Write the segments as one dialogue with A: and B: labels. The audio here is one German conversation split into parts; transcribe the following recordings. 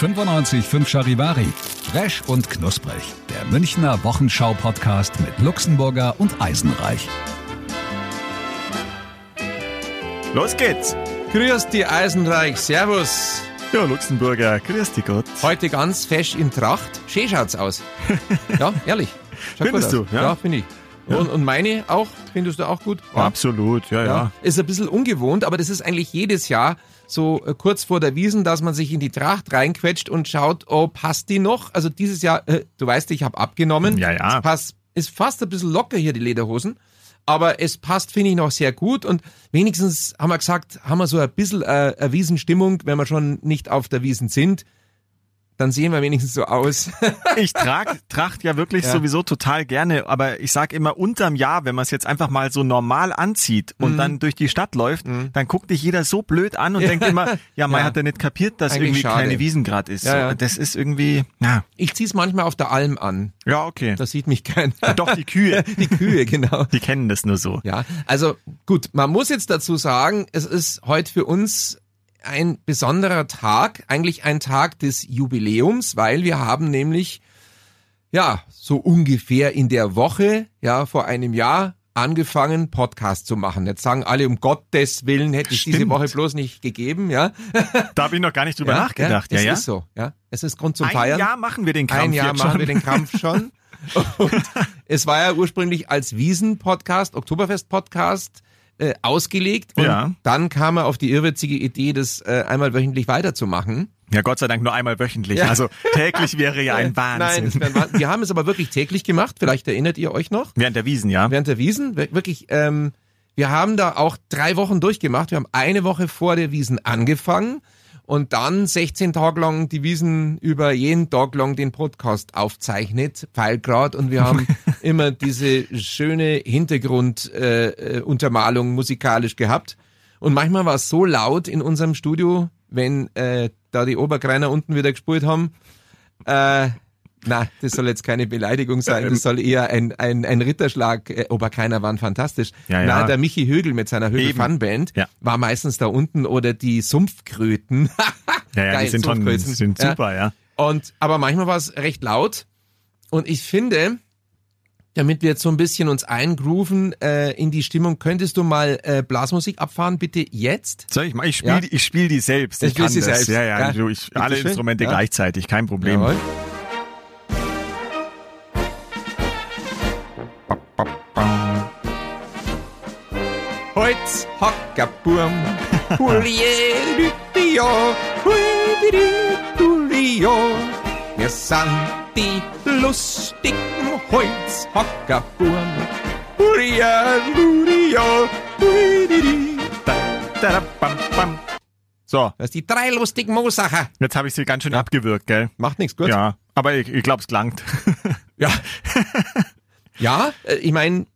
A: 95.5 Charivari. Fresh und knusprig. Der Münchner Wochenschau-Podcast mit Luxemburger und Eisenreich.
B: Los geht's!
C: Grüß die Eisenreich, Servus.
B: Ja, Luxemburger, grüß dich Gott.
C: Heute ganz fesch in Tracht. Schön schaut's aus. Ja, ehrlich. Schaut
B: Findest
C: gut aus.
B: du, ja?
C: Ja, bin ich. Und, und meine auch? Findest du auch gut?
B: Absolut, ja, ja.
C: Ist ein bisschen ungewohnt, aber das ist eigentlich jedes Jahr so äh, kurz vor der Wiesen, dass man sich in die Tracht reinquetscht und schaut, oh, passt die noch? Also dieses Jahr, äh, du weißt, ich habe abgenommen.
B: Ja, ja.
C: Es passt, ist fast ein bisschen locker hier, die Lederhosen. Aber es passt, finde ich, noch sehr gut. Und wenigstens haben wir gesagt, haben wir so ein bisschen äh, eine Wiesenstimmung, wenn wir schon nicht auf der Wiesen sind. Dann sehen wir wenigstens so aus.
B: Ich trag Tracht ja wirklich
C: Ja.
B: sowieso total gerne, aber ich sag immer unterm Jahr, wenn man es jetzt einfach mal so normal anzieht
C: Mhm.
B: und dann durch die Stadt läuft, dann guckt dich jeder so blöd an und denkt immer, ja, man
C: Ja.
B: hat ja nicht kapiert, dass
C: Eigentlich
B: irgendwie
C: schade.
B: keine Wiesen grad ist.
C: Ja,
B: So,
C: ja.
B: Das ist irgendwie, ja,
C: Ich zieh's manchmal auf der Alm an.
B: ja okay.
C: Da sieht mich keiner.
B: Doch die Kühe,
C: Die Kühe, genau.
B: die kennen das nur so.
C: Ja, also gut, man muss jetzt dazu sagen, es ist heute für uns ein besonderer Tag, eigentlich ein Tag des Jubiläums, weil wir haben nämlich, ja, so ungefähr in der Woche, ja, vor einem Jahr angefangen, Podcast zu machen. Jetzt sagen alle, um Gottes Willen hätte ich diese
B: Stimmt.
C: Woche bloß nicht gegeben, ja.
B: Da habe ich noch gar nicht drüber
C: ja,
B: nachgedacht.
C: Ja,
B: Ja,
C: es
B: ja.
C: ist so, ja. Es ist Grund zum
B: Ein
C: Feiern.
B: Jahr machen wir den Kampf
C: Ein Jahr
B: jetzt
C: machen
B: schon.
C: wir den Kampf schon. Und es war ja ursprünglich als Wiesen-Podcast, Oktoberfest-Podcast äh, ausgelegt. Und
B: Ja.
C: dann kam er auf die irrwitzige Idee, das äh, einmal wöchentlich weiterzumachen.
B: ja, Gott sei Dank nur einmal wöchentlich.
C: Ja.
B: Also täglich wäre ja ein
C: Nein, das
B: Wahnsinn.
C: wär ein Wahnsinn. wir haben es aber wirklich täglich gemacht. Vielleicht erinnert ihr euch noch.
B: Während der Wiesen, ja.
C: Während der Wiesen, wir- wirklich, ähm, wir haben da auch drei Wochen durchgemacht. Wir haben eine Woche vor der Wiesen angefangen und dann 16 Tage lang die Wiesen über jeden Tag lang den Podcast aufzeichnet, Pfeilgrad. Und wir haben immer diese schöne Hintergrunduntermalung äh, Untermalung musikalisch gehabt. Und manchmal war es so laut in unserem Studio, wenn äh, da die Oberkreiner unten wieder gespult haben. Äh, na, das soll jetzt keine Beleidigung sein,
B: Ähm,
C: das soll eher ein, ein, ein Ritterschlag. Äh, Oberkreiner waren fantastisch.
B: Ja, ja.
C: Na, der Michi Högel mit seiner Högel
B: Eben.
C: Fun Band
B: Ja.
C: war meistens da unten oder die Sumpfkröten.
B: Ja, ja,
C: Geil,
B: die sind, schon, die
C: Sumpfgrößen.
B: sind
C: Ja.
B: super, ja.
C: Und aber manchmal war es recht laut. Und ich finde, damit wir jetzt so ein bisschen uns eingrooven äh, in die Stimmung, könntest du mal äh, Blasmusik abfahren, bitte jetzt?
B: Soll ich mal? Ich
C: Ja.
B: spiele ich spiel die selbst.
C: Ich
B: Ich
C: spiel
B: kann
C: sie
B: das.
C: selbst.
B: Ja, ja,
C: Ja.
B: Du, ich,
C: Bitte
B: alle
C: schön.
B: Instrumente
C: Ja.
B: gleichzeitig, kein Problem.
C: Jawohl. Holz, Hockerburm, Hulie, Lütio, Hulie, Lütio. Wir sind die lustigen Holzhockerburm. Hulie, Lütio, Hulie.
B: Da, da, bam, bam. So,
C: Das sind die drei lustigen Mosacher.
B: jetzt habe ich sie ganz schön abgewürgt, gell?
C: Macht nichts, gut.
B: Ja, aber ich, ich glaube, es klangt.
C: Ja, ja äh, ich meine,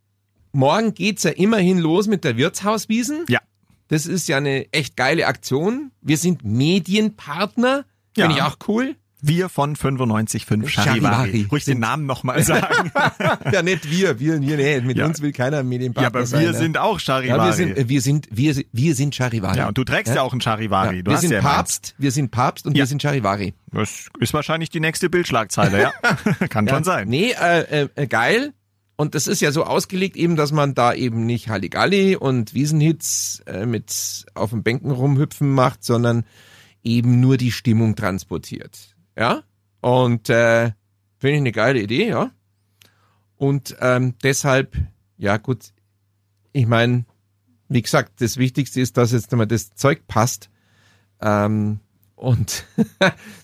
C: morgen geht's ja immerhin los mit der Wirtshauswiesen.
B: Ja.
C: Das ist ja eine echt geile Aktion. Wir sind Medienpartner.
B: Ja.
C: Finde ich auch cool.
B: Wir von 95.5
C: Charivari.
B: Charivari. Ruhig den Namen nochmal sagen.
C: Ja, nicht wir. Wir, wir nee, mit
B: Ja.
C: uns will keiner Medienpartner
B: ja, aber
C: sein.
B: wir
C: ne?
B: sind auch
C: ja,
B: Charivari.
C: wir sind, äh, wir sind, wir, wir sind Charivari.
B: ja, und du trägst ja, auch einen
C: Ja,
B: Charivari. Du
C: wir
B: hast
C: sind
B: ja
C: Papst, wir sind Papst und
B: Ja.
C: wir sind Charivari.
B: Das ist wahrscheinlich die nächste Bildschlagzeile, ja. kann schon sein.
C: Nee, äh, äh, geil. Und das ist ja so ausgelegt eben, dass man da eben nicht Halligalli und Wiesenhits äh, mit auf den Bänken rumhüpfen macht, sondern eben nur die Stimmung transportiert. Ja? Und äh, finde ich eine geile Idee, ja. Und ähm, deshalb, ja gut, ich meine, wie gesagt, das Wichtigste ist, dass jetzt mal das Zeug passt. Ähm, und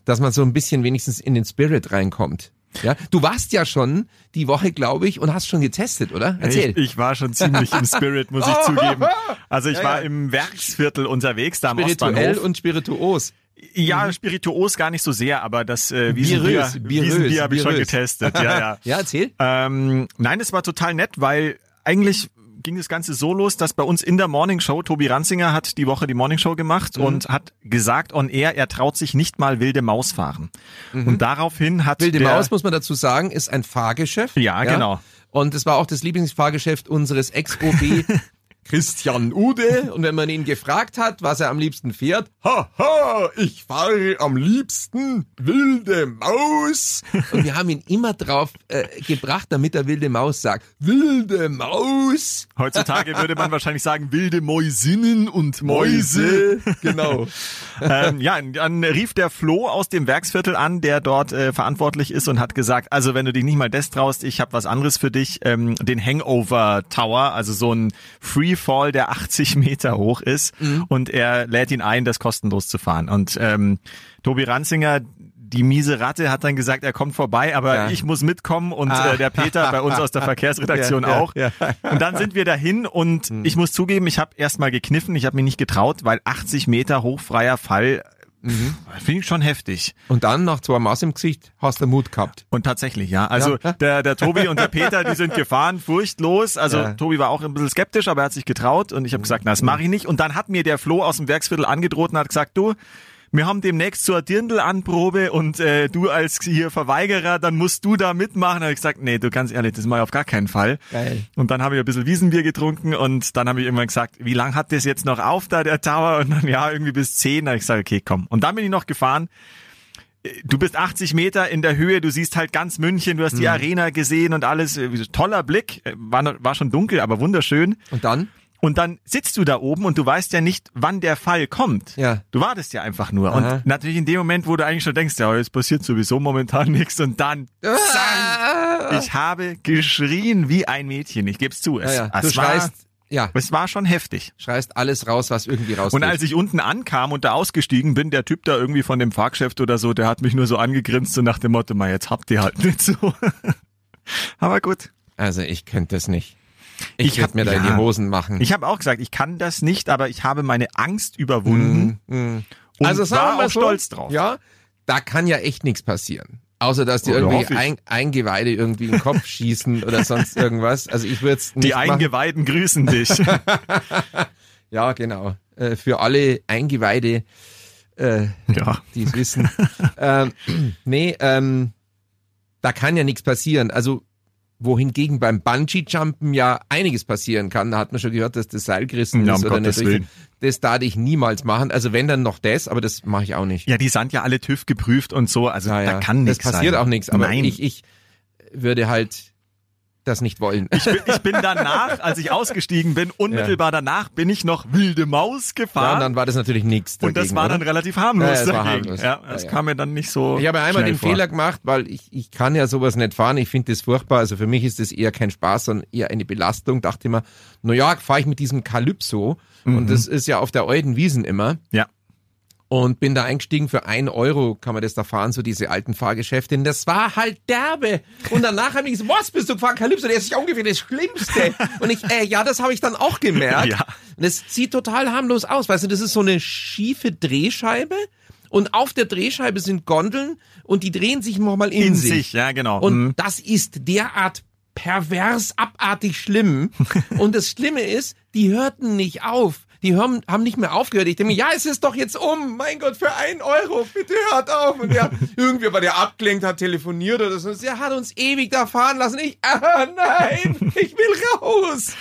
C: dass man so ein bisschen wenigstens in den Spirit reinkommt. Ja, du warst ja schon die Woche, glaube ich, und hast schon getestet, oder? Erzähl. Oh.
B: Ich, ich war schon ziemlich im Spirit, muss ich zugeben. Also ich
C: Ja,
B: war
C: ja.
B: im Werksviertel unterwegs, da am
C: Spirituell
B: Ostbahnhof.
C: und spirituos.
B: Ja, Spirituos gar nicht so sehr, aber das äh, Wiesenbier,
C: Bierös, Bierös,
B: Wiesenbier habe ich schon
C: Bierös.
B: getestet. Ja, ja.
C: Ja, erzähl.
B: Ähm, nein, es war total nett, weil eigentlich ging das Ganze so los, dass bei uns in der Morning Show, Tobi Ranzinger hat die Woche die Morning Show gemacht
C: Mhm.
B: und hat gesagt on air, er traut sich nicht mal wilde Maus fahren. Und daraufhin hat
C: Mhm. Wilde
B: der,
C: Maus, muss man dazu sagen, ist ein Fahrgeschäft.
B: Ja, genau.
C: Und es war auch das Lieblingsfahrgeschäft unseres Ex-OB Christian Ude. Und wenn man ihn gefragt hat, was er am liebsten fährt, haha, ich fahre am liebsten wilde Maus. Und wir haben ihn immer drauf äh, gebracht, damit er wilde Maus sagt. Wilde Maus.
B: heutzutage würde man wahrscheinlich sagen, wilde Mäusinnen und Mäuse.
C: Genau.
B: ähm, ja, dann rief der Flo aus dem Werksviertel an, der dort äh, verantwortlich ist und hat gesagt, also wenn du dich nicht mal das traust, ich habe was anderes für dich, ähm, den Hangover Tower, also so ein Freefall, der 80 Meter hoch ist und er lädt ihn ein, das kostenlos zu fahren. Und ähm, Tobi Ranzinger, die miese Ratte, hat dann gesagt, er kommt vorbei, aber
C: Ja. Ah.
B: ich muss mitkommen und äh, der Peter bei uns aus der Verkehrsredaktion
C: Ja, ja, Hm.
B: auch.
C: ja.
B: Und dann sind wir dahin und ich muss zugeben, ich habe erstmal gekniffen, ich habe mich nicht getraut, weil 80 Meter hochfreier Fall
C: Mhm.
B: pff, finde ich schon heftig.
C: Und dann, nach zwei Maß im Gesicht, hast du Mut gehabt.
B: Und tatsächlich, ja. Also
C: Ja.
B: Der, der Tobi und der Peter, die sind gefahren, furchtlos. Also
C: Ja.
B: Tobi war auch ein bisschen skeptisch, aber er hat sich getraut und ich habe gesagt, na, das mache ich nicht. Und dann hat mir der Flo aus dem Werksviertel angedroht und hat gesagt, du, wir haben demnächst zur Dirndl-Anprobe und äh, du als hier Verweigerer, dann musst du da mitmachen. Da habe ich gesagt, nee, du ganz ehrlich, das mache ich auf gar keinen Fall.
C: Geil.
B: Und dann habe ich ein bisschen Wiesenbier getrunken und dann habe ich irgendwann gesagt, wie lang hat das jetzt noch auf da, der Tower? Und dann, ja, irgendwie bis 10. Da habe ich gesagt, okay, komm. Und dann bin ich noch gefahren. Du bist 80 Meter in der Höhe, du siehst halt ganz München, du hast
C: Mhm.
B: die Arena gesehen und alles. Äh, Toller Blick, Äh, war, noch- war schon dunkel, aber wunderschön.
C: Und dann?
B: Und dann sitzt du da oben und du weißt ja nicht, wann der Fall kommt.
C: Ja.
B: Du wartest ja einfach nur.
C: Aha.
B: Und natürlich in dem Moment, wo du eigentlich schon denkst, ja, jetzt passiert sowieso momentan nichts und dann,
C: Äh.
B: zang, ich habe geschrien wie ein Mädchen. Ich geb's zu. Es,
C: Ja, ja.
B: es
C: Du
B: war,
C: schreist, ja,
B: Es war schon heftig.
C: schreist alles raus, was irgendwie raus
B: Und als ich unten ankam und da ausgestiegen bin, der Typ da irgendwie von dem Fahrgeschäft oder so, der hat mich nur so angegrinst und nach dem Motto, mal jetzt habt ihr halt nicht so. Aber gut.
C: Also ich könnte das nicht. Ich,
B: Ich
C: würd
B: hab-
C: mir da in die
B: ja.
C: Hosen machen.
B: Ich habe auch gesagt, ich kann das nicht, aber ich habe meine Angst überwunden
C: Mhm.
B: und
C: Also
B: war auch stolz drauf.
C: Ja, da kann ja echt nichts passieren. Außer dass dir
B: Oder hoffe
C: irgendwie
B: ich.
C: ein, Eingeweide irgendwie in den Kopf schießen oder sonst irgendwas. Also ich würde es nicht
B: Die
C: machen.
B: Eingeweihten grüßen dich.
C: Ja, genau. Äh, für alle Eingeweide, äh,
B: ja.
C: die es wissen. ähm, nee, ähm, da kann ja nichts passieren. Also wohingegen beim Bungee-Jumpen ja einiges passieren kann. Da hat man schon gehört, dass das Seil gerissen
B: Ja,
C: ist
B: um
C: oder
B: Gottes
C: nicht richtig.
B: Willen.
C: Das darf ich niemals machen. Also wenn dann noch das, aber das mache ich auch nicht.
B: ja, die sind ja alle TÜV geprüft und so, also
C: Ja, ja.
B: da kann nichts
C: Das passiert
B: sein.
C: auch nichts, aber
B: Nein.
C: ich, ich würde halt das nicht wollen.
B: Ich bin, ich bin danach, als ich ausgestiegen bin, unmittelbar danach bin ich noch wilde Maus
C: ja, und
B: gefahren.
C: dann war das natürlich nichts.
B: und das
C: dagegen,
B: war
C: oder?
B: dann relativ harmlos
C: Ja, es war
B: dagegen.
C: harmlos.
B: Ja, das
C: Ja, ja.
B: kam mir dann nicht so.
C: Ich habe einmal
B: schnell
C: den
B: vor.
C: Fehler gemacht, weil ich, ich kann ja sowas nicht fahren. Ich finde das furchtbar. Also für mich ist das eher kein Spaß, sondern eher eine Belastung. Dachte immer, na ja, fahre ich mit diesem Calypso.
B: Mhm.
C: Und das ist ja auf der alten Wiesen immer.
B: Ja.
C: Und bin da eingestiegen für ein Euro, kann man das da fahren, so diese alten Fahrgeschäfte. Und das war halt derbe. Und danach habe ich gesagt, was bist du gefahren, Kalypso? Das ist ja ungefähr das Schlimmste. Und ich, äh, ja, das habe ich dann auch gemerkt.
B: Ja.
C: Und es sieht total harmlos aus. Weißt du, das ist so eine schiefe Drehscheibe. Und auf der Drehscheibe sind Gondeln und die drehen sich nochmal in,
B: in sich, ja, genau.
C: und
B: Mhm.
C: das ist derart pervers, abartig schlimm. Und das Schlimme ist, die hörten nicht auf. Die haben, haben nicht mehr aufgehört. Ich denke mir, ja, es ist doch jetzt um. Mein Gott, für einen Euro, bitte hört auf. Und ja, irgendwer war der abgelenkt, hat telefoniert oder so. Der hat uns ewig da fahren lassen. Ich, ah, nein, ich will raus.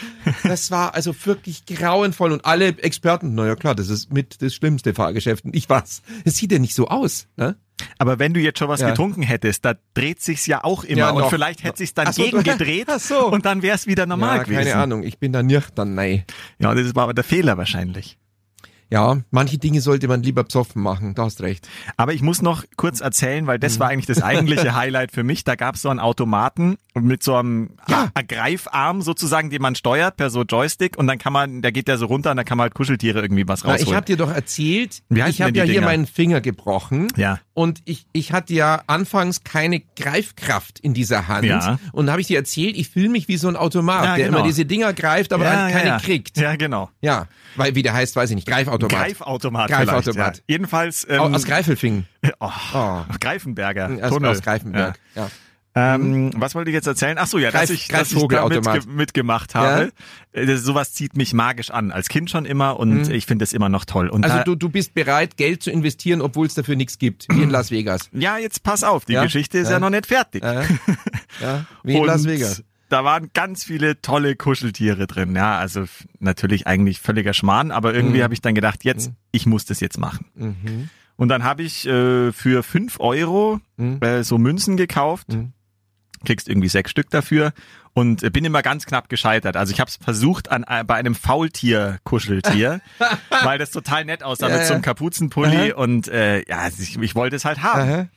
C: Das war also wirklich grauenvoll. Und alle Experten, naja, klar, das ist mit das schlimmste Fahrgeschäft. Und Ich weiß, es sieht ja nicht so aus, ne?
B: Aber wenn du jetzt schon was
C: Ja.
B: getrunken hättest, da dreht sich's ja auch immer.
C: Ja,
B: und
C: noch.
B: vielleicht hätte sich's dann
C: Ach so, du-
B: gegengedreht
C: Ach so.
B: und dann wär's wieder normal
C: ja,
B: gewesen.
C: keine Ahnung. Ich bin da nicht dann, nein.
B: Ja, das war aber der Fehler wahrscheinlich.
C: Ja, manche Dinge sollte man lieber psoffen machen, da hast recht.
B: Aber ich muss noch kurz erzählen, weil
C: Mhm.
B: das war eigentlich das eigentliche Highlight für mich. Da gab's so einen Automaten mit so einem
C: Ja.
B: A- Greifarm sozusagen, den man steuert per so Joystick und dann kann man, da geht der so runter und dann kann man halt Kuscheltiere irgendwie was
C: Na,
B: rausholen.
C: ich habe dir doch erzählt,
B: Wie heißen
C: ich
B: denn
C: habe
B: die
C: ja hier
B: Dinger?
C: meinen Finger gebrochen
B: Ja.
C: Und ich, ich hatte ja anfangs keine Greifkraft in dieser Hand.
B: Ja.
C: Und da habe ich dir erzählt, ich fühle mich wie so ein Automat,
B: Ja,
C: der
B: genau.
C: immer diese Dinger greift, aber dann keine
B: ja.
C: kriegt.
B: Ja, genau.
C: Ja, weil wie der heißt, weiß ich nicht. Greifautomat.
B: Greifautomat.
C: Greifautomat.
B: vielleicht, Ja. Jedenfalls ähm,
C: Au- aus Greifelfingen.
B: oh,
C: Oh.
B: Greifenberger.
C: Aus,
B: Tunnel.
C: aus Greifenberg.
B: Ja.
C: Ja.
B: Ähm, was wollte ich jetzt erzählen? Ach so, ja, dass
C: Greif-
B: ich, dass ich da
C: Greifvogelautomat.
B: mitge mitgemacht habe. Äh, Das, sowas zieht mich magisch an. Als Kind schon immer und ich finde das immer noch toll. Und
C: Hm. Also
B: da,
C: du, du bist bereit, Geld zu investieren, obwohl es dafür nichts gibt. Wie in Las Vegas.
B: ja, jetzt pass auf, die
C: Ja?
B: Geschichte ist ja,
C: Ja.
B: noch nicht fertig.
C: Ja, ja. Wie in
B: Und
C: Las Vegas.
B: Da waren ganz viele tolle Kuscheltiere drin. Ja, also f- natürlich eigentlich völliger Schmarrn, aber irgendwie
C: Hm.
B: habe ich dann gedacht, jetzt, ich muss das jetzt machen.
C: Mhm.
B: Und dann habe ich äh, für fünf Euro
C: Mhm.
B: äh, so Münzen gekauft.
C: Mhm.
B: Kriegst irgendwie sechs Stück dafür und äh, bin immer ganz knapp gescheitert. Also ich habe es versucht an, äh, bei einem Faultier-Kuscheltier, weil das total nett aussah
C: Ja,
B: mit so einem
C: ja.
B: Kapuzenpulli und äh, ja, ich, ich wollte es halt haben.
C: Aha.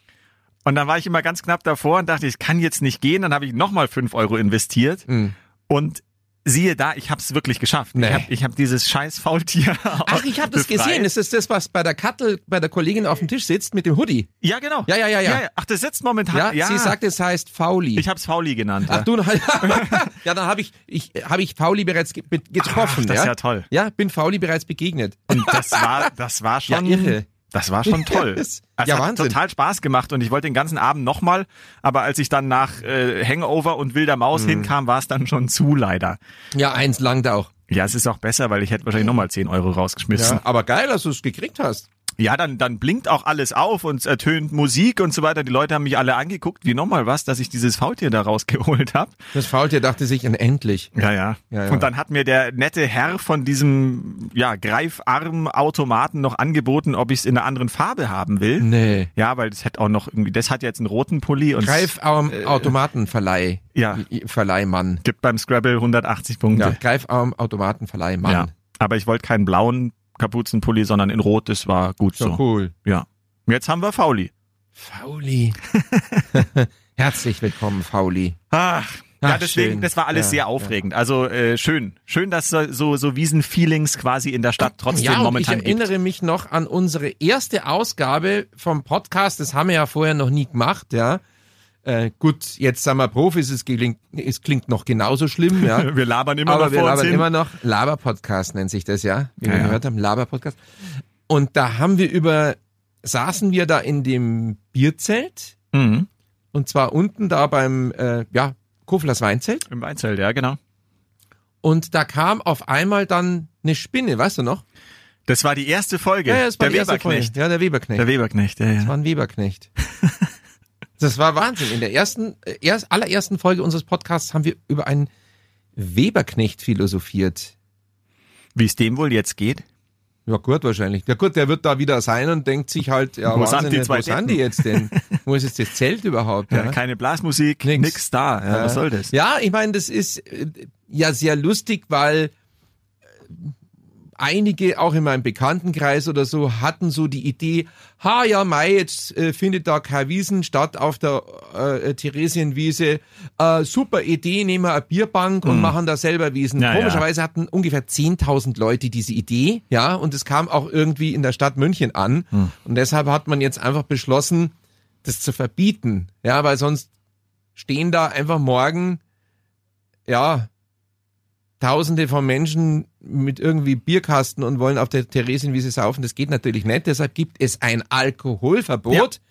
B: Und dann war ich immer ganz knapp davor und dachte, ich kann jetzt nicht gehen. Dann habe ich nochmal fünf Euro investiert
C: Mhm.
B: und siehe da, ich habe es wirklich geschafft.
C: Nee.
B: Ich habe ich hab dieses scheiß Faultier
C: Ach, ich habe das
B: befreit.
C: gesehen. Ist das das, was bei der Kattel, bei der Kollegin auf dem Tisch sitzt mit dem Hoodie?
B: Ja, genau.
C: Ja, ja, ja, ja.
B: Ach, das sitzt momentan.
C: Ja,
B: Ja,
C: sie sagt, es heißt Fauli.
B: Ich hab's Fauli genannt.
C: Ach
B: ja.
C: du, ja, dann habe ich, ich habe ich Fauli bereits ge be- getroffen.
B: Ach, das ist
C: ja?
B: ja toll.
C: Ja, bin Fauli bereits begegnet.
B: Und das war, das war schon,
C: Ja, irre.
B: das war schon toll.
C: Das-
B: Also
C: ja,
B: hat
C: Wahnsinn.
B: total Spaß gemacht und ich wollte den ganzen Abend nochmal, aber als ich dann nach äh, Hangover und Wilder Maus
C: Mhm.
B: hinkam, war es dann schon zu leider.
C: Ja, eins langt auch.
B: Ja, es ist auch besser, weil ich hätte wahrscheinlich nochmal 10 Euro rausgeschmissen.
C: Ja,
B: Ja,
C: aber geil, dass du es gekriegt hast.
B: dann, dann blinkt auch alles auf und es ertönt Musik und so weiter. Die Leute haben mich alle angeguckt, wie nochmal was, dass ich dieses Faultier da rausgeholt habe.
C: Das Faultier dachte sich, endlich.
B: Ja, ja.
C: Ja, ja.
B: Und dann hat mir der nette Herr von diesem ja, Greifarm-Automaten noch angeboten, ob ich es in einer anderen Farbe haben will.
C: Nee.
B: Ja, weil das hätte auch noch irgendwie, das hat jetzt einen roten Pulli und äh,
C: Greifarm-Automatenverleih.
B: ja.
C: Verleihmann.
B: gibt beim Scrabble 180 Punkte.
C: Ja, Greifarm-Automatenverleihmann.
B: Ja. Aber ich wollte keinen blauen Kapuzenpulli, sondern in rot, das war gut
C: So
B: so.
C: cool.
B: Ja. Jetzt haben wir Fauli.
C: Fauli. Herzlich willkommen, Fauli.
B: Ach. Ja,
C: Ach,
B: deswegen,
C: schön.
B: das war alles
C: Ja, ja.
B: sehr aufregend. Also äh, schön. Schön, dass so, so, so Wiesen-Feelings quasi in der Stadt trotzdem
C: Ja, und ich
B: momentan gibt.
C: erinnere mich noch an unsere erste Ausgabe vom Podcast. Das haben wir ja vorher noch nie gemacht, ja. Äh, gut, jetzt sind wir Profis, es klingt, es klingt noch genauso schlimm, ja.
B: Wir labern immer
C: Aber
B: noch
C: wir
B: vor uns
C: labern
B: hin.
C: immer noch. Laber-Podcast nennt sich das, ja. Wie
B: Ja,
C: wir
B: ja.
C: gehört haben, Laber-Podcast. Und da haben wir über, saßen wir da in dem Bierzelt.
B: mhm.
C: Und zwar unten da beim, äh, ja, Koflers Weinzelt.
B: Im Weinzelt, ja, genau.
C: Und da kam auf einmal dann eine Spinne, weißt du noch?
B: Das war die erste Folge.
C: es
B: der
C: die erste
B: Weberknecht.
C: Folge. Ja, der Weberknecht.
B: Der Weberknecht, ja,
C: Das
B: ja.
C: war ein Weberknecht. Das war Wahnsinn. In der ersten, äh, erst, allerersten Folge unseres Podcasts haben wir über einen Weberknecht philosophiert.
B: Wie es dem wohl jetzt geht?
C: Ja, gut, wahrscheinlich. Ja, gut, der wird da wieder sein und denkt sich halt, ja,
B: Wo sind
C: Wahnsinn,
B: die zwei
C: wo sind die
B: Deppen?
C: jetzt denn? Wo ist jetzt das Zelt überhaupt?
B: Ja.
C: Ja,
B: Keine Blasmusik,
C: Nix.
B: nix, da. Ja,
C: Ja.
B: Was soll das?
C: ja ich meine, das ist äh, ja sehr lustig, weil äh, einige, auch in meinem Bekanntenkreis oder so, hatten so die Idee, ha ja, Mai, jetzt äh, findet da keine Wiesen statt auf der äh, Theresienwiese. Äh, super Idee, nehmen wir eine Bierbank und machen da selber Wiesen.
B: Mhm. Ja, ja.
C: Komischerweise hatten ungefähr 10.000 Leute diese Idee, ja, und es kam auch irgendwie in der Stadt München an.
B: Mhm.
C: Und deshalb hat man jetzt einfach beschlossen, das zu verbieten, ja, weil sonst stehen da einfach morgen, ja, Tausende von Menschen mit irgendwie Bierkasten und wollen auf der Theresienwiese saufen. Das geht natürlich nicht. Deshalb gibt es ein Alkoholverbot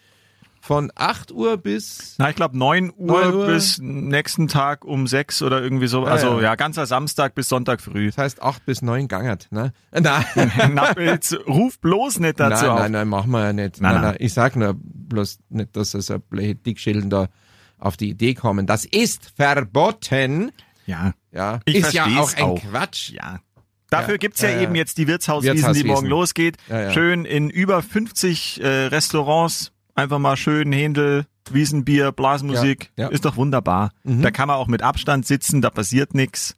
C: von 8 Uhr bis.
B: Na, ich glaube 9 Uhr,
C: 9 Uhr.
B: bis nächsten Tag um 6 oder irgendwie so.
C: Ah,
B: Also
C: ja.
B: ja. ganzer Samstag bis Sonntag früh.
C: Das heißt 8 bis 9 gangert, ne? Nein.
B: Nappels, ruf bloß nicht dazu
C: nein,
B: auf.
C: nein, nein, machen wir ja nicht. Nein,
B: Nein,
C: nein.
B: nein.
C: ich sag nur bloß nicht, dass es so bleche Dickschilden da auf die Idee kommen. Das ist verboten.
B: Ja,
C: Ja,
B: Ich
C: ist ja
B: versteh's
C: auch ein
B: auch.
C: Quatsch.
B: ja. Dafür
C: Ja,
B: gibt's ja,
C: ja, ja.
B: eben jetzt die Wirtshauswiesen,
C: Wirtshauswiesen.
B: die morgen losgeht.
C: Ja, ja.
B: Schön in über 50 äh, Restaurants. Einfach mal schön Händel, Wiesenbier, Blasmusik.
C: Ja, Mhm. ja.
B: Ist doch wunderbar. Da kann man auch mit Abstand sitzen, da passiert nix.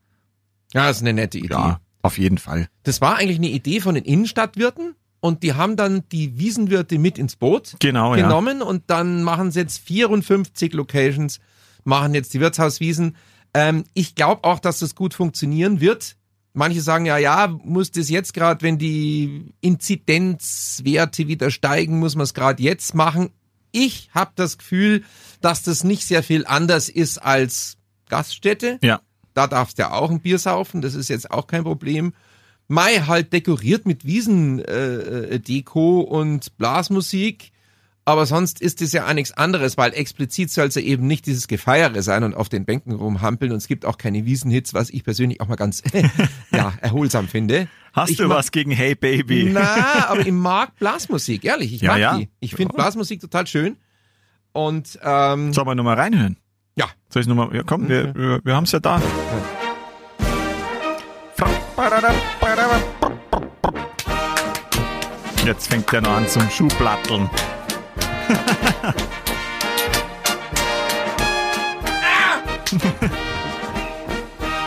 C: Ja, ist eine nette Idee.
B: Ja, auf jeden Fall.
C: Das war eigentlich eine Idee von den Innenstadtwirten und die haben dann die Wiesenwirte mit ins Boot
B: Genau, ja.
C: genommen und dann machen sie jetzt 54 Locations, machen jetzt die Wirtshauswiesen. Ähm, ich glaube auch, dass das gut funktionieren wird, Manche sagen ja, ja, muss das jetzt gerade, wenn die Inzidenzwerte wieder steigen, muss man es gerade jetzt machen. Ich habe das Gefühl, dass das nicht sehr viel anders ist als Gaststätte.
B: Ja.
C: Da darfst du ja auch ein Bier saufen, das ist jetzt auch kein Problem. Mai halt dekoriert mit Wiesendeko äh, Deko und Blasmusik. Aber sonst ist es ja auch nichts anderes, weil explizit soll es ja eben nicht dieses Gefeiere sein und auf den Bänken rumhampeln. Und es gibt auch keine Wiesenhits, was ich persönlich auch mal ganz ja, erholsam finde.
B: Hast
C: ich
B: du
C: mag-
B: was gegen Hey Baby?
C: Na, aber ich mag Blasmusik, ehrlich. Ich
B: Ja,
C: mag
B: ja.
C: die. Ich finde Blasmusik total schön. Und ähm,
B: Sollen wir nochmal reinhören?
C: Ja. Mhm.
B: Soll ich nochmal, ja komm, wir, wir, wir haben's ja da. Jetzt fängt der noch an zum Schuhplatteln.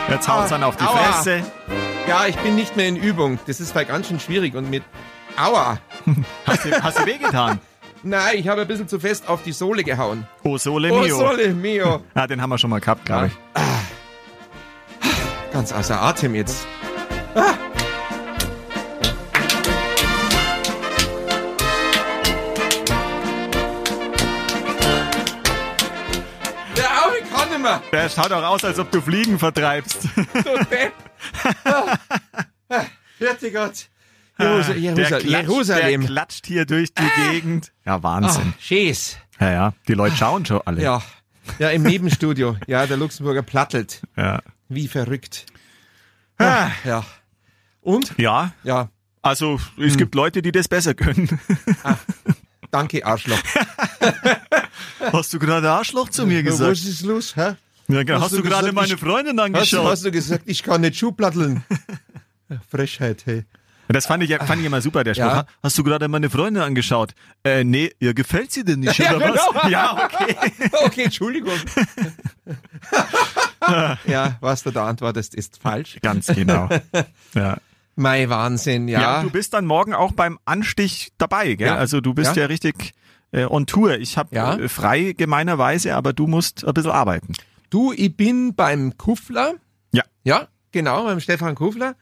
B: Jetzt haut's dann auf die
C: Aua.
B: Fresse.
C: ja, ich bin nicht mehr in Übung. Das ist halt ganz schön schwierig. Und mit Aua.
B: Hast du, hast du wehgetan?
C: Nein, ich habe ein bisschen zu fest auf die Sohle gehauen.
B: Oh, Sole
C: Oh,
B: Mio.
C: Sohle, mio.
B: Ah, den haben wir schon mal gehabt, glaube ich.
C: Ganz außer Atem jetzt. Ah. Der Auge kann nicht mehr.
B: Der schaut auch aus, als ob du Fliegen vertreibst.
C: Du Depp. Ah. Fertig Gott. Jerusal
B: Äh, der
C: Jerusal
B: klatscht,
C: Jerusalem.
B: Der klatscht hier durch die Gegend. Ja,
C: Ah,
B: Wahnsinn.
C: Schieß.
B: Ja, ja. Die Leute schauen schon alle.
C: Ja. Ja, im Nebenstudio. Ja, der Luxemburger plattelt.
B: Ja.
C: Wie verrückt.
B: Ah.
C: Ja. Und?
B: ja.
C: Ja.
B: Also, es gibt Leute, die das besser können.
C: Danke, Arschloch.
B: Hast du gerade Arschloch zu mir
C: Was ist los, hä?
B: Ja, genau.
C: hast
B: Hast
C: du
B: du gerade
C: gesagt,
B: meine
C: ich-
B: Freundin
C: Hast,
B: angeschaut?
C: hast du gesagt, ich kann nicht Schuhplatteln? Frechheit, hey.
B: Das fand ich, ja- fand ich immer super, der Spruch.
C: Ja.
B: Hast du gerade meine Freundin angeschaut? Äh, nee, ihr gefällt sie denn nicht,
C: Ja,
B: oder
C: genau.
B: was? Ja, okay.
C: Okay, Entschuldigung. ja, was du da antwortest, ist falsch.
B: Ganz genau. Ja.
C: Mein Wahnsinn, ja.
B: Ja, du bist dann morgen auch beim Anstich dabei, gell?
C: Ja.
B: Also du bist
C: Ja.
B: ja, richtig äh, on Tour. Ich habe
C: Ja.
B: äh, frei gemeinerweise, aber du musst ein bisschen arbeiten.
C: Du, ich bin beim Kuffler.
B: Ja.
C: Ja, genau, beim Stefan Kuffler.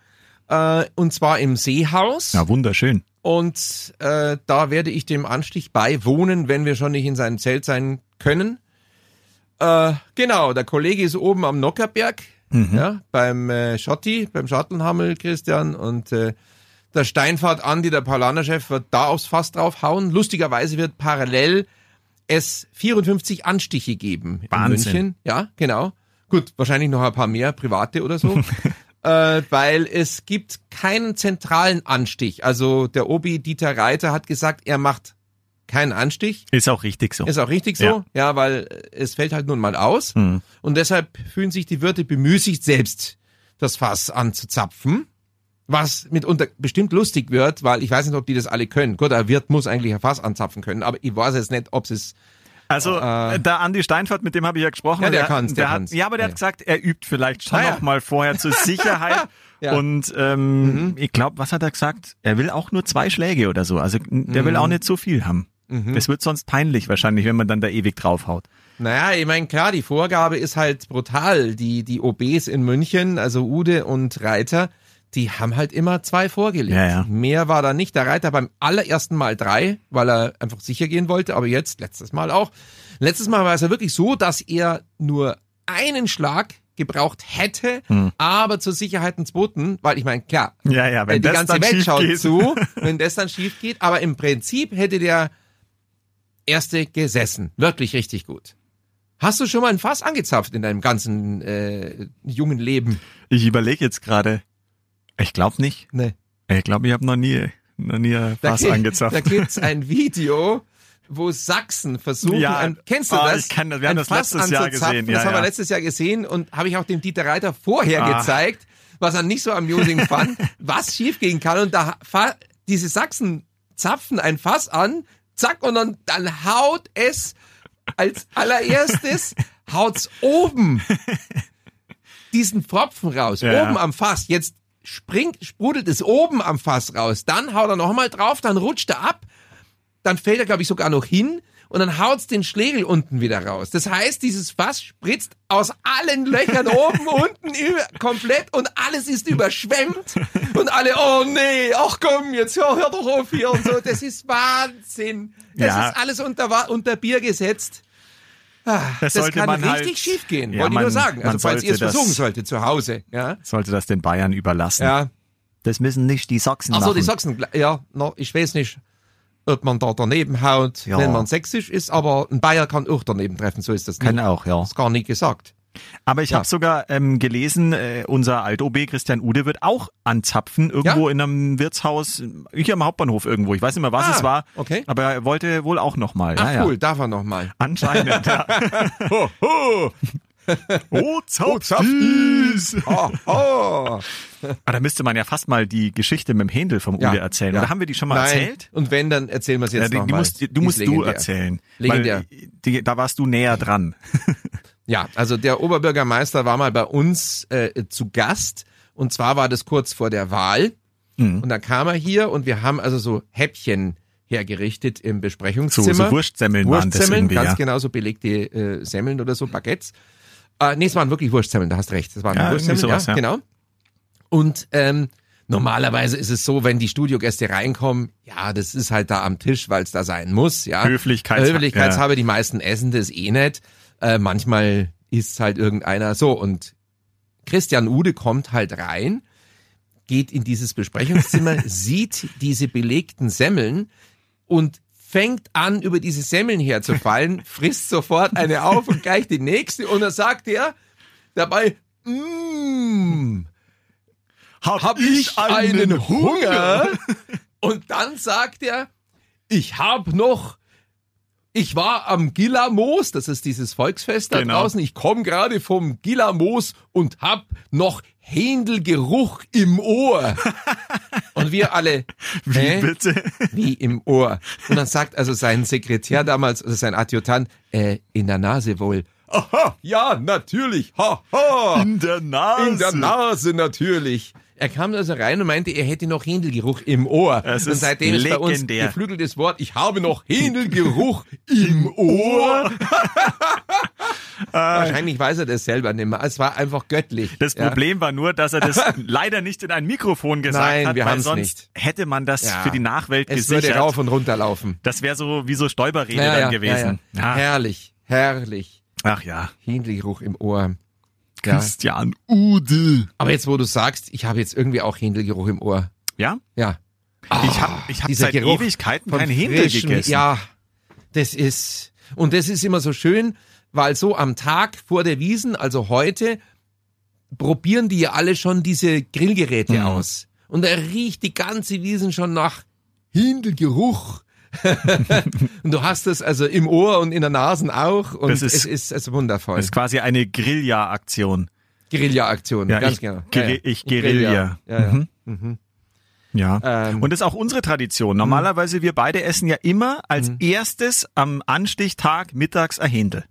C: Äh, und zwar im Seehaus.
B: wunderschön.
C: Und äh, da werde ich dem Anstich beiwohnen, wenn wir schon nicht in seinem Zelt sein können. Äh, genau, der Kollege ist oben am Nockerberg, ja, beim äh, Schotti, beim Schattenhammel, Christian. Und äh, der Steinfahrt Andi, der Paulaner-Chef, wird da aufs Fass draufhauen. Lustigerweise wird parallel es 54 Anstiche geben
B: Wahnsinn.
C: in München. Ja, genau. Gut, wahrscheinlich noch ein paar mehr, private oder so. äh, weil es gibt keinen zentralen Anstich. Also der Obi Dieter Reiter hat gesagt, er macht keinen Anstich.
B: Ist auch richtig so.
C: Ist auch richtig so, ja,
B: Ja.
C: weil es fällt halt nun mal aus.
B: Mhm.
C: Und deshalb fühlen sich die Wirte bemüßigt, selbst das Fass anzuzapfen. Was mitunter bestimmt lustig wird, weil ich weiß nicht, ob die das alle können. Gut, ein Wirt muss eigentlich ein Fass anzapfen können, aber ich weiß jetzt nicht, ob sie es
B: Also
C: Äh,
B: äh, der Andi Steinfurt, mit dem habe ich ja gesprochen.
C: Ja, der
B: hat-
C: kann's, der
B: hat,
C: kann's.
B: Ja, aber der
C: Ja.
B: hat gesagt, er übt vielleicht schon
C: Ah, ja.
B: noch mal vorher zur Sicherheit.
C: Ja. Mhm.
B: Und ähm, ich glaube, was hat er gesagt? Er will auch nur zwei Schläge oder so. Also der
C: Mhm.
B: will auch nicht so viel haben. Das wird sonst peinlich wahrscheinlich, wenn man dann da ewig draufhaut.
C: Naja, ich meine, klar, die Vorgabe ist halt brutal. Die, die OBs in München, also Ude und Reiter, die haben halt immer zwei vorgelegt.
B: Ja, ja.
C: Mehr war da nicht. Der Reiter beim allerersten Mal drei, weil er einfach sicher gehen wollte, aber jetzt, letztes Mal auch. Letztes Mal war es ja wirklich so, dass er nur einen Schlag gebraucht hätte,
B: Hm.
C: aber zur Sicherheit einen zweiten, weil ich meine, klar,
B: Ja, ja, wenn
C: Äh, die
B: das
C: ganze
B: dann
C: Welt
B: schief
C: schaut
B: geht.
C: zu, wenn das dann schief geht. Aber im Prinzip hätte der Erste gesessen. Wirklich richtig gut. Hast du schon mal ein Fass angezapft in deinem ganzen äh, jungen Leben?
B: Ich überlege jetzt gerade. Ich glaube nicht.
C: Ne.
B: Ich glaube, ich habe noch nie, noch nie ein Fass
C: gibt- Da
B: angezapft.
C: gibt's ein Video, wo Sachsen versuchen,
B: Ja,
C: ein, kennst du
B: ah,
C: das?
B: ich kenn das. Wir haben
C: ein
B: das
C: Fass
B: letztes Jahr
C: anzuzapfen.
B: gesehen,
C: Das
B: ja,
C: haben wir
B: ja.
C: letztes Jahr gesehen und habe ich auch dem Dieter Reiter vorher
B: Ah.
C: gezeigt, was er nicht so amusing fand, was schiefgehen kann. Und da fa- diese Sachsen zapfen ein Fass an, zack, und dann, dann haut es als allererstes, haut's oben diesen Pfropfen raus,
B: Ja.
C: oben am Fass. Jetzt springt, sprudelt es oben am Fass raus. Dann haut er nochmal drauf, dann rutscht er ab, dann fällt er, glaube ich, sogar noch hin und dann haut's den Schlegel unten wieder raus. Das heißt, dieses Fass spritzt aus allen Löchern oben, unten, über, komplett und alles ist überschwemmt und alle, oh nee, ach komm, jetzt hör, hör doch auf hier und so. Das ist Wahnsinn. Das
B: Ja.
C: ist alles unter, Wa- unter Bier gesetzt. Ah,
B: Das sollte
C: kann
B: man
C: richtig
B: halt-
C: schief gehen,
B: Ja,
C: wollte ich
B: man-
C: nur sagen.
B: man
C: Also falls ihr es
B: sollte das- Mhm.
C: versuchen solltet zu Hause. Ja,
B: Sollte das den Bayern überlassen.
C: ja.
B: Das müssen nicht die Sachsen
C: Ach so, die Sachsen, ja, na, ich weiß nicht, ob man da daneben haut,
B: Ja.
C: wenn man sächsisch ist, aber ein Bayer kann auch daneben treffen, so ist das nicht.
B: Kann auch, ja.
C: Das gar nicht gesagt.
B: Aber ich
C: Ja.
B: habe sogar ähm, gelesen, äh, unser Alt-OB Christian Ude wird auch anzapfen, irgendwo in einem Wirtshaus, hier am Hauptbahnhof irgendwo. Ich weiß nicht mehr, was
C: Ah,
B: es war,
C: okay.
B: aber er wollte wohl auch nochmal.
C: Ach
B: ja,
C: cool,
B: Ja.
C: darf er nochmal.
B: Anscheinend, ja.
C: Oh, oh,
B: Oh,
C: Zapfis. oh, oh.
B: Ah, da müsste man ja fast mal die Geschichte mit dem Händel vom
C: Ja,
B: Ude erzählen.
C: ja.
B: Oder haben wir die schon mal
C: Nein.
B: erzählt?
C: Und wenn, dann erzählen wir es jetzt
B: Ja, die, die
C: nochmal.
B: musst, die, du musst du erzählen.
C: Legendär. Ah.
B: Weil die, da warst du näher dran.
C: Ja, also der Oberbürgermeister war mal bei uns äh, zu Gast und zwar war das kurz vor der Wahl
B: Mhm.
C: und dann kam er hier und wir haben also so Häppchen hergerichtet im
B: So,
C: Besprechungszimmer.
B: so Wurstsemmeln waren das
C: Wurstsemmeln,
B: irgendwie.
C: ganz
B: Ja.
C: genau so belegte äh, Semmeln oder so, Baguettes. Äh, nee, es waren wirklich Wurstsemmeln, da hast recht. Es waren
B: Ja, irgendwie
C: Wurstsemmeln,
B: sowas,
C: ja,
B: ja.
C: genau. Und ähm, normalerweise ist es so, wenn die Studiogäste reinkommen, ja, das ist halt da am Tisch, weil es da sein muss, ja.
B: Höflichkeits-
C: Höflichkeitshabe, die meisten essen das eh nicht. Äh, manchmal isst halt irgendeiner so und Christian Ude kommt halt rein, geht in dieses Besprechungszimmer, sieht diese belegten Semmeln und fängt an, über diese Semmeln herzufallen, frisst sofort eine auf und gleich die nächste und dann sagt er dabei, mmm,
B: Hab,
C: hab ich einen Hunger? Und dann sagt er, ich hab noch, ich war am Gilamos, das ist dieses Volksfest da
B: Genau.
C: draußen, ich komme gerade vom Gilamos und hab noch Händelgeruch im Ohr. Und wir alle,
B: Wie
C: hä?
B: bitte?
C: wie im Ohr. Und dann sagt also sein Sekretär damals, also sein Adjutant, äh, in der Nase wohl. Aha, ja, natürlich, haha. Ha.
B: In der Nase.
C: Oh. In der Nase natürlich. Er kam also rein und meinte, er hätte noch Händelgeruch im Ohr.
B: Es
C: und
B: ist
C: seitdem ist bei uns
B: legendär.
C: geflügeltes Wort, ich habe noch Händelgeruch im Ohr. Wahrscheinlich weiß er das selber nicht mehr. Es war einfach göttlich.
B: Äh. Das
C: Ja.
B: Problem war nur, dass er das leider nicht in ein Mikrofon gesagt
C: Nein,
B: hat,
C: wir
B: weil
C: haben's
B: sonst
C: nicht.
B: hätte man das
C: Ja.
B: für die Nachwelt
C: Es würde
B: gesichert.
C: rauf und runter laufen.
B: Das wäre so wie so Stolperrede
C: Ja,
B: dann
C: ja,
B: gewesen.
C: ja, ja.
B: Ah,
C: Herrlich, herrlich.
B: Ach ja.
C: Händelgeruch im Ohr. Ja.
B: Christian Ude.
C: Aber jetzt, wo du sagst, ich habe jetzt irgendwie auch Händelgeruch im Ohr.
B: Ja?
C: Ja.
B: ich habe ich hab
C: Oh, dieser
B: seit
C: Geruch
B: Ewigkeiten
C: von
B: keinen Händel
C: frischen-
B: gegessen.
C: Ja, das ist, und das ist immer so schön, weil so am Tag vor der Wiesen, also heute, probieren die ja alle schon diese Grillgeräte
B: Mhm.
C: aus. Und da riecht die ganze Wiesen schon nach Hindelgeruch. und du hast das also im Ohr und in der Nase auch. Und
B: Das ist-
C: es ist also wundervoll.
B: Das ist quasi eine Grillja-Aktion.
C: Guerilla-Aktion,
B: Ja,
C: ganz
B: ich-
C: genau.
B: Guerri- ich Guerilla.
C: Ja, ja.
B: Mhm. Ja.
C: Ähm,
B: Und das ist auch unsere Tradition. Normalerweise, wir beide essen ja immer als
C: Mhm.
B: erstes am Anstichtag mittags ein Händel.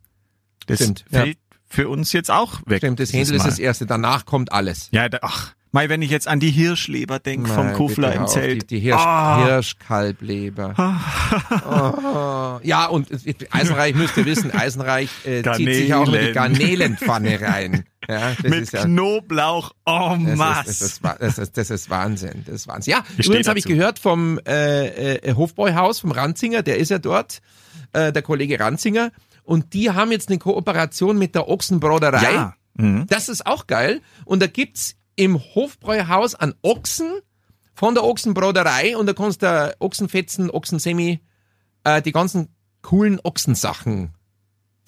B: Das
C: Stimmt, ja.
B: fällt für uns jetzt auch weg.
C: Stimmt, das
B: dieses
C: Händel ist
B: Mal.
C: das Erste, danach kommt alles.
B: Ja, da, ach, Mai, wenn ich jetzt an die Hirschleber denk vom
C: Nein,
B: Kufler
C: bitte
B: im
C: auf,
B: Zelt.
C: Die, die Hirsch,
B: Ah.
C: Hirschkalbleber.
B: Ah.
C: oh. Ja, und äh, Eisenreich müsst ihr wissen, Eisenreich äh, zieht sich auch in die
B: Garnelen.
C: Garnelenpfanne rein. Ja, das
B: mit
C: ist ja.
B: Knoblauch oh, en
C: Das
B: masse.
C: ist, das, ist, wa- das, ist, das ist Wahnsinn, das ist Wahnsinn. Ja,
B: Ich
C: übrigens
B: steh
C: habe ich
B: dazu.
C: gehört vom äh, äh, Hofbräuhaus, vom Ranzinger, der ist ja dort, äh, der Kollege Ranzinger. Und die haben jetzt eine Kooperation mit der Ochsenbraderei.
B: ja. Mhm.
C: Das ist auch geil. Und da gibt's im Hofbräuhaus an Ochsen von der Ochsenbraderei und da kannst du Ochsenfetzen, Ochsensemi, äh, die ganzen coolen Ochsensachen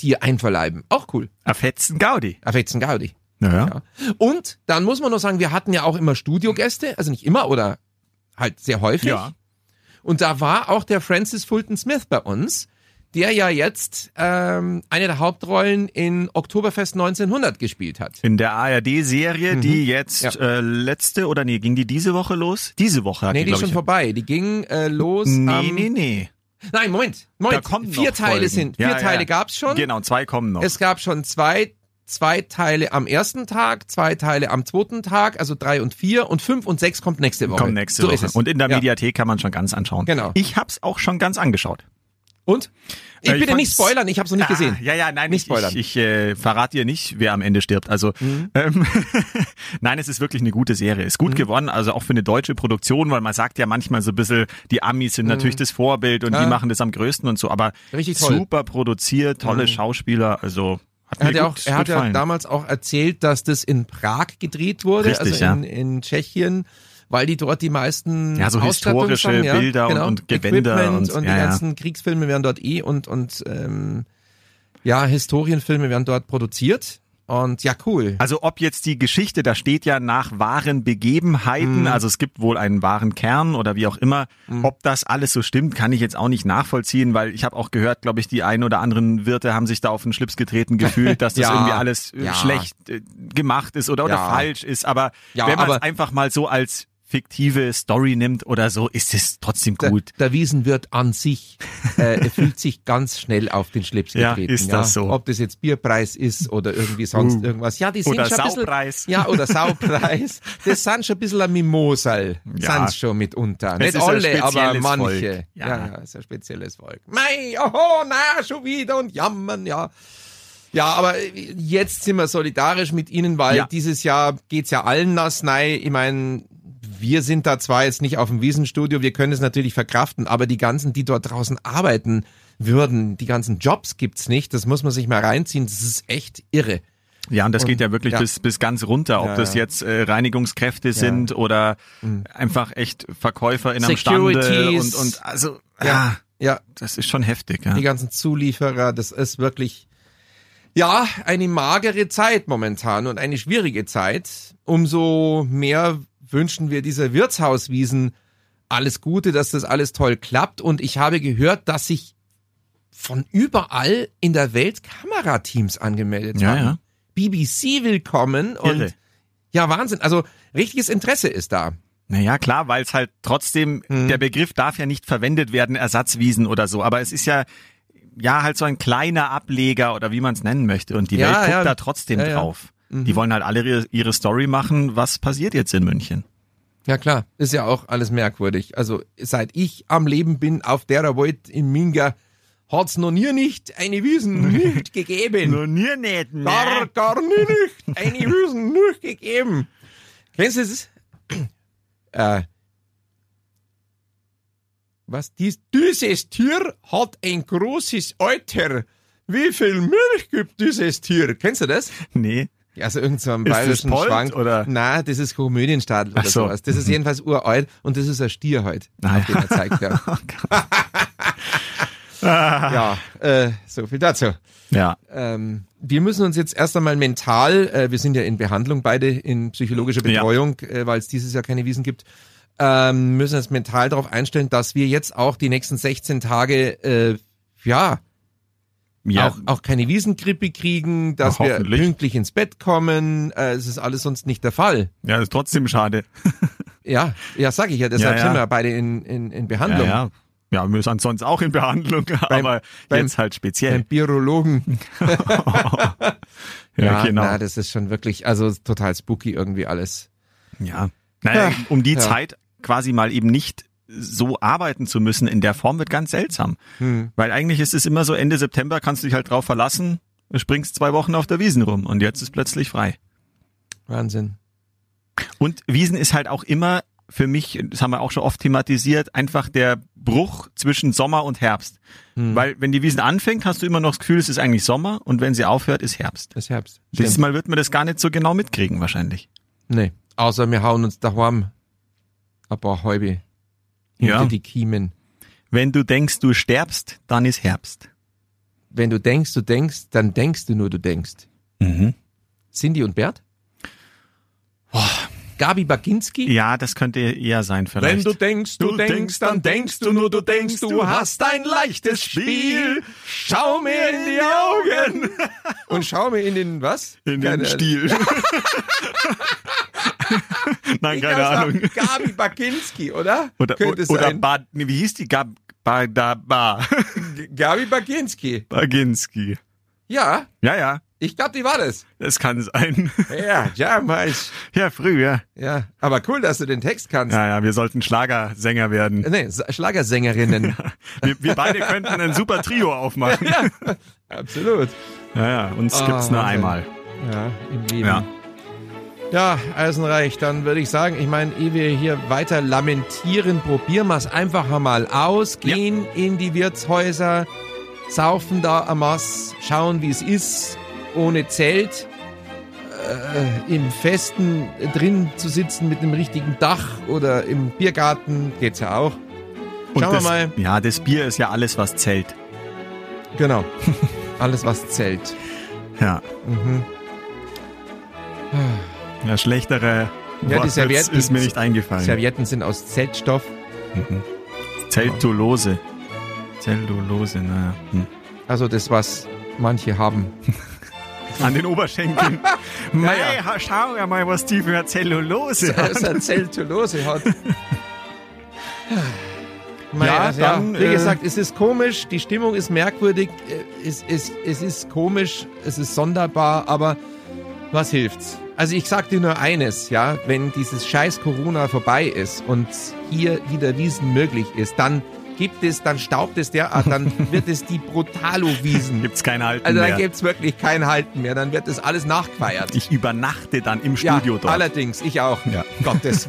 C: dir einverleiben. Auch cool.
B: Ein Fetzen Gaudi.
C: Ein Fetzen Gaudi.
B: Naja.
C: Ja. Und dann muss man noch sagen, wir hatten ja auch immer Studiogäste, also nicht immer oder halt sehr häufig.
B: Ja.
C: Und da war auch der Francis Fulton Smith bei uns, der ja jetzt ähm, eine der Hauptrollen in Oktoberfest 1900 gespielt hat.
B: In der ARD-Serie, die jetzt
C: Mhm. Ja.
B: äh, letzte, oder nee, ging die diese Woche los? Diese Woche hat
C: Nee, die
B: die,
C: ist
B: glaube
C: schon
B: ich.
C: vorbei. Die ging äh, los
B: nee,
C: am...
B: nee, nee.
C: Nein, Moment,
B: Da
C: Moment.
B: kommen
C: Vier
B: noch
C: Teile
B: Folgen.
C: sind. Vier
B: Ja, ja,
C: Teile
B: ja.
C: gab's schon.
B: Genau, zwei kommen noch.
C: Es gab schon zwei, zwei Teile am ersten Tag, zwei Teile am zweiten Tag, also drei und vier und fünf und sechs kommt nächste Woche.
B: Kommt nächste
C: so
B: Woche.
C: Ist es.
B: Und in der
C: ja.
B: Mediathek kann man schon ganz anschauen.
C: Genau.
B: Ich hab's auch schon ganz angeschaut.
C: Und? Ich
B: Äh, ich
C: bitte nicht
B: fand's-
C: spoilern, ich habe es noch nicht gesehen.
B: Ah, ja, ja, nein, nicht
C: Nicht spoilern. Mhm.
B: ich, ich äh, verrate dir nicht, wer am Ende stirbt. Also ähm, nein, es ist wirklich eine gute Serie. Ist gut gewonnen, also auch für eine deutsche Produktion, weil man sagt ja manchmal so ein bisschen, die Amis sind natürlich das Vorbild und
C: Ah.
B: die machen das am größten und so, aber
C: Mhm. Richtig toll. Mhm.
B: super produziert, tolle Schauspieler, also hat
C: Er
B: mir
C: hat, ja auch,
B: gut,
C: er
B: gut
C: hat ja
B: gefallen.
C: damals auch erzählt, dass das in Prag gedreht wurde,
B: Richtig,
C: also in, in Tschechien, weil die dort die meisten
B: Ja, so
C: Ausstattungssachen,
B: historische
C: ja,
B: Bilder und-
C: genau,
B: und Gewänder
C: Equipment
B: und-
C: und,
B: ja,
C: die
B: ja.
C: ganzen Kriegsfilme werden dort eh und und ähm, ja Historienfilme werden dort produziert und ja cool.
B: Also ob jetzt die Geschichte, da steht ja nach wahren Begebenheiten,
C: Mhm.
B: also es gibt wohl einen wahren Kern oder wie auch immer, ob das alles so stimmt, kann ich jetzt auch nicht nachvollziehen, weil ich habe auch gehört, glaube ich, die einen oder anderen Wirte haben sich da auf den Schlips getreten gefühlt, dass das
C: Ja,
B: irgendwie alles äh,
C: ja.
B: schlecht äh, gemacht ist oder, oder
C: Ja.
B: falsch ist. Aber
C: Ja,
B: wenn man es
C: aber-
B: einfach mal so als fiktive Story nimmt oder so, ist es trotzdem
C: Der,
B: gut.
C: der Wiesenwirt an sich äh, er fühlt sich ganz schnell auf den Schlips
B: Ja,
C: getreten.
B: ist das so? Uh.
C: Ob das jetzt Bierpreis ist oder irgendwie sonst irgendwas. Ja, die sind
B: Oder
C: schon ein bisschen-
B: Saupreis.
C: Ja, oder Saupreis. Das sind schon ein bisschen ein Mimosal.
B: Ja.
C: Sind schon mitunter.
B: Es
C: Nicht
B: ist ein
C: alle, aber
B: spezielles
C: manche.
B: Volk. Ja.
C: ja, ja, ist ein spezielles Volk. Mei, oho, na, schon wieder und jammern, ja. Ja, aber äh, jetzt sind wir solidarisch mit Ihnen, weil
B: Ja.
C: dieses Jahr geht's ja allen nass. Nein, ich meine, wir sind da zwar jetzt nicht auf dem Wiesenstudio, wir können es natürlich verkraften, aber die ganzen, die dort draußen arbeiten würden, die ganzen Jobs gibt's nicht. Das muss man sich mal reinziehen. Das ist echt irre.
B: Ja, und das
C: Und-
B: geht ja wirklich
C: ja.
B: Bis, bis ganz runter, ob
C: Ja,
B: das
C: ja. Mhm.
B: jetzt äh, Reinigungskräfte sind oder einfach echt Verkäufer in einem Stande
C: Securities.
B: und, und also
C: Ja.
B: ja.
C: Ja,
B: das ist schon heftig. Ja.
C: die ganzen Zulieferer, das ist wirklich, ja, eine magere Zeit momentan und eine schwierige Zeit. Umso mehr wünschen wir dieser Wirtshauswiesen alles Gute, dass das alles toll klappt. Und ich habe gehört, dass sich von überall in der Welt Kamerateams angemeldet
B: Ja,
C: haben.
B: ja.
C: BBC willkommen
B: Irre.
C: und ja, Wahnsinn. Also richtiges Interesse ist da.
B: Naja, klar, weil es halt trotzdem,
C: Mhm.
B: der Begriff darf ja nicht verwendet werden, Ersatzwiesen oder so, aber es ist ja ja halt so ein kleiner Ableger oder wie man es nennen möchte und die
C: Ja,
B: Welt guckt
C: ja.
B: da trotzdem
C: Ja, Mhm. ja.
B: drauf. Die wollen halt alle ihre, ihre Story machen, was passiert jetzt in München.
C: Ja klar, ist ja auch alles merkwürdig. Also seit ich am Leben bin auf der Welt in Minga, hat's noch nie nicht eine Wiesen nicht gegeben.
B: nie nicht, ne?
C: Gar, gar nie nicht eine Wiesen nicht gegeben. Kennst du das? Äh, was dies, dieses Tier hat ein großes Alter. Wie viel Milch gibt dieses Tier? Kennst du das?
B: Nee.
C: Ja, Also irgend so ein
B: Ist das
C: bayerischen
B: Polt,
C: Schwank.
B: oder?
C: Nein, das ist Komödienstadel oder
B: Ach so. Mhm. Ah,
C: sowas. Das ist jedenfalls uralt und das ist ein Stier halt, auf den er zeigt. Ja,
B: Ah.
C: ja äh, so viel dazu.
B: Ja.
C: Ähm, wir müssen uns jetzt erst einmal mental, äh, wir sind ja in Behandlung beide, in psychologischer
B: Ja.
C: Betreuung, äh, weil es dieses Jahr keine Wiesen gibt, ähm, müssen uns mental darauf einstellen, dass wir jetzt auch die nächsten 16 Tage, äh, ja,
B: Ja,
C: auch, auch keine Wiesengrippe kriegen, dass
B: Ja,
C: wir
B: hoffentlich.
C: pünktlich ins Bett kommen. Äh, es ist alles sonst nicht der Fall.
B: ja, ist trotzdem schade.
C: Ja, ja, sag ich ja, deshalb
B: Ja, ja.
C: sind wir beide in, in, in Behandlung.
B: Ja, ja. ja, wir sind sonst auch in Behandlung, aber
C: beim-
B: jetzt halt
C: Beim
B: speziell.
C: Äh, Virologen.
B: ja, genau.
C: Na, das ist schon wirklich, also total spooky irgendwie alles.
B: ja. Naja, um die
C: Ja.
B: Zeit quasi mal eben nicht so arbeiten zu müssen in der Form wird ganz seltsam.
C: Hm,
B: Weil eigentlich ist es immer so, Ende September kannst du dich halt drauf verlassen, du springst zwei Wochen auf der Wiesen rum und jetzt ist plötzlich frei.
C: Wahnsinn.
B: Und Wiesen ist halt auch immer für mich, das haben wir auch schon oft thematisiert, einfach der Bruch zwischen Sommer und Herbst.
C: Mhm. Hm,
B: Weil wenn die Wiesen anfängt, hast du immer noch das Gefühl, es ist eigentlich Sommer und wenn sie aufhört, ist Herbst.
C: Das Herbst.
B: Dieses
C: Stimmt.
B: Mal wird man das gar nicht so genau mitkriegen wahrscheinlich.
C: Nee. Außer wir hauen uns daheim ein paar Häube hinter
B: Ja.
C: die Kiemen.
B: Wenn du denkst, du sterbst, dann ist Herbst.
C: Wenn du denkst, du denkst, dann denkst du nur, du denkst.
B: Mhm.
C: Cindy und Bert? Gabi Baginski?
B: Ja, das könnte eher sein vielleicht.
C: denkst,
B: Du denkst, dann denkst du nur, du denkst, du hast ein leichtes Spiel.
C: Schau mir in die Augen. Und schau mir in den, was?
B: in den
C: Keine-
B: Stiel. Nein,
C: Ich
B: keine
C: glaub, es war
B: Ahnung.
C: Gabi Baginski, oder?
B: Oder,
C: Könnte es
B: oder
C: sein.
B: Bad, nee, wie hieß die? Gab, ba, da, ba.
C: Gabi Baginski.
B: Baginski.
C: Ja,
B: Ja, ja.
C: Ich glaube, die war das.
B: Es kann sein.
C: Ja, ja, meist.
B: Ja, früher.
C: Ja, aber cool, dass du den Text kannst.
B: Ja, ja, wir sollten Schlagersänger werden.
C: Nee, S- Schlagersängerinnen.
B: Wir, wir beide könnten ein super Trio aufmachen.
C: Absolut.
B: Ja, ja, uns
C: Ah,
B: gibt's nur
C: Wahnsinn.
B: einmal.
C: Ja, im Leben.
B: Ja.
C: Ja, Eisenreich, dann würde ich sagen, ich meine, ehe wir hier weiter lamentieren, probieren wir es einfach einmal aus,
B: Ja.
C: gehen in die Wirtshäuser, saufen da am Mass, schauen, wie es ist, ohne Zelt, äh, im Festen drin zu sitzen mit einem richtigen Dach oder im Biergarten, geht's ja auch.
B: Und
C: Schauen wir
B: das,
C: mal.
B: Ja, das Bier ist ja alles, was zählt.
C: Genau. Alles, was zählt.
B: Ja.
C: Mhm.
B: Ja, schlechtere
C: die
B: Wortwitz
C: Servietten-
B: ist mir nicht eingefallen.
C: Servietten sind aus Zeltstoff.
B: Zeltulose. Zellulose, naja. Hm.
C: Also das, was manche haben.
B: An den Oberschenkeln. Mei,
C: Ja, ja.
B: ha- schau ja mal, was die für eine Zellulose
C: Dass
B: hat.
C: er Zeltulose hat.
B: Ja,
C: Naja, ja,
B: dann,
C: wie
B: äh,
C: gesagt, es ist komisch, die Stimmung ist merkwürdig, äh, es, es, es ist komisch, es ist sonderbar, aber was hilft's? Also ich sag dir nur eines, ja, wenn dieses scheiß Corona vorbei ist und hier wieder Wiesen möglich ist, dann gibt es, dann staubt es derart, dann wird es die Brutalo-Wiesen.
B: Gibt's kein Halten
C: Also dann
B: mehr.
C: gibt's wirklich kein Halten mehr, dann wird das alles nachgefeiert.
B: Ich übernachte dann im
C: Ja,
B: Studio dort.
C: allerdings, ich auch. Um
B: Ja.
C: Gottes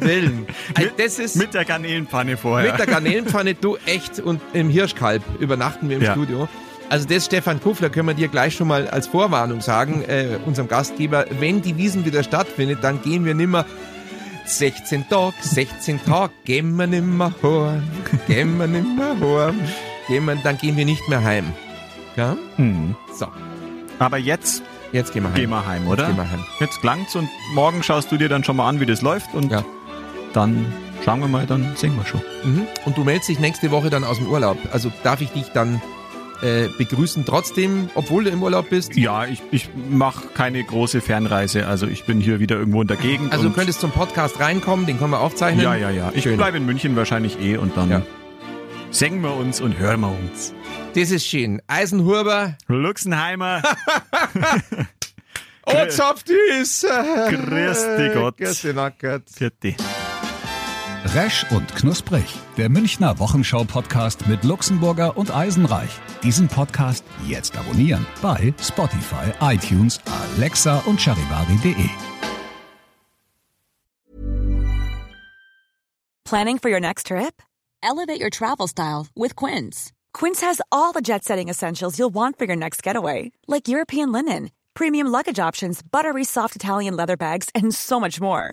C: Willen. Also
B: Mit-
C: das ist mit,
B: Mit der Garnelenpfanne vorher.
C: der Garnelenpfanne, du echt, und im Hirschkalb übernachten wir im
B: Ja.
C: Studio. Also das, Stefan Kufler, können wir dir gleich schon mal als Vorwarnung sagen, äh, unserem Gastgeber, wenn die Wiesen wieder stattfindet, dann gehen wir nimmer 16 Tag, 16 Tag, gehen wir nimmer heim, gehen wir nimmer heim, gehen wir, dann gehen wir nicht mehr heim. Ja?
B: Hm.
C: So,
B: Aber jetzt
C: jetzt gehen wir heim.
B: gehen wir heim, oder?
C: Jetzt gehen wir heim.
B: Jetzt klang's und morgen schaust du dir dann schon mal an, wie das läuft und
C: Ja.
B: dann schauen wir mal, dann singen wir schon.
C: Mhm. Und du meldest dich nächste Woche dann aus dem Urlaub. Also darf ich dich dann äh, begrüßen trotzdem, obwohl du im Urlaub bist?
B: Ja, ich, ich mache keine große Fernreise, also ich bin hier wieder irgendwo in der Gegend.
C: Also du
B: und
C: könntest zum Podcast reinkommen, den können wir aufzeichnen.
B: Ja, ja, ja. Ich
C: Schön.
B: bleibe in München wahrscheinlich eh und dann
C: Ja.
B: singen wir uns und hören wir uns.
C: Das ist schön. Eisenhuber.
B: Luxenheimer,
C: Und auf dies.
B: Grüß dich Gott.
C: Grüß dich Gott.
B: vierte.
A: Resch und knusprig. Der Münchner Wochenschau-Podcast mit Luxemburger und Eisenreich. Diesen Podcast jetzt abonnieren bei Spotify, iTunes, Alexa und charivari.de.
D: Planning for your next trip? Elevate your travel style with Quince. Quince has all the jet setting essentials you'll want for your next getaway, like European linen, premium luggage options, buttery soft Italian leather bags, and so much more.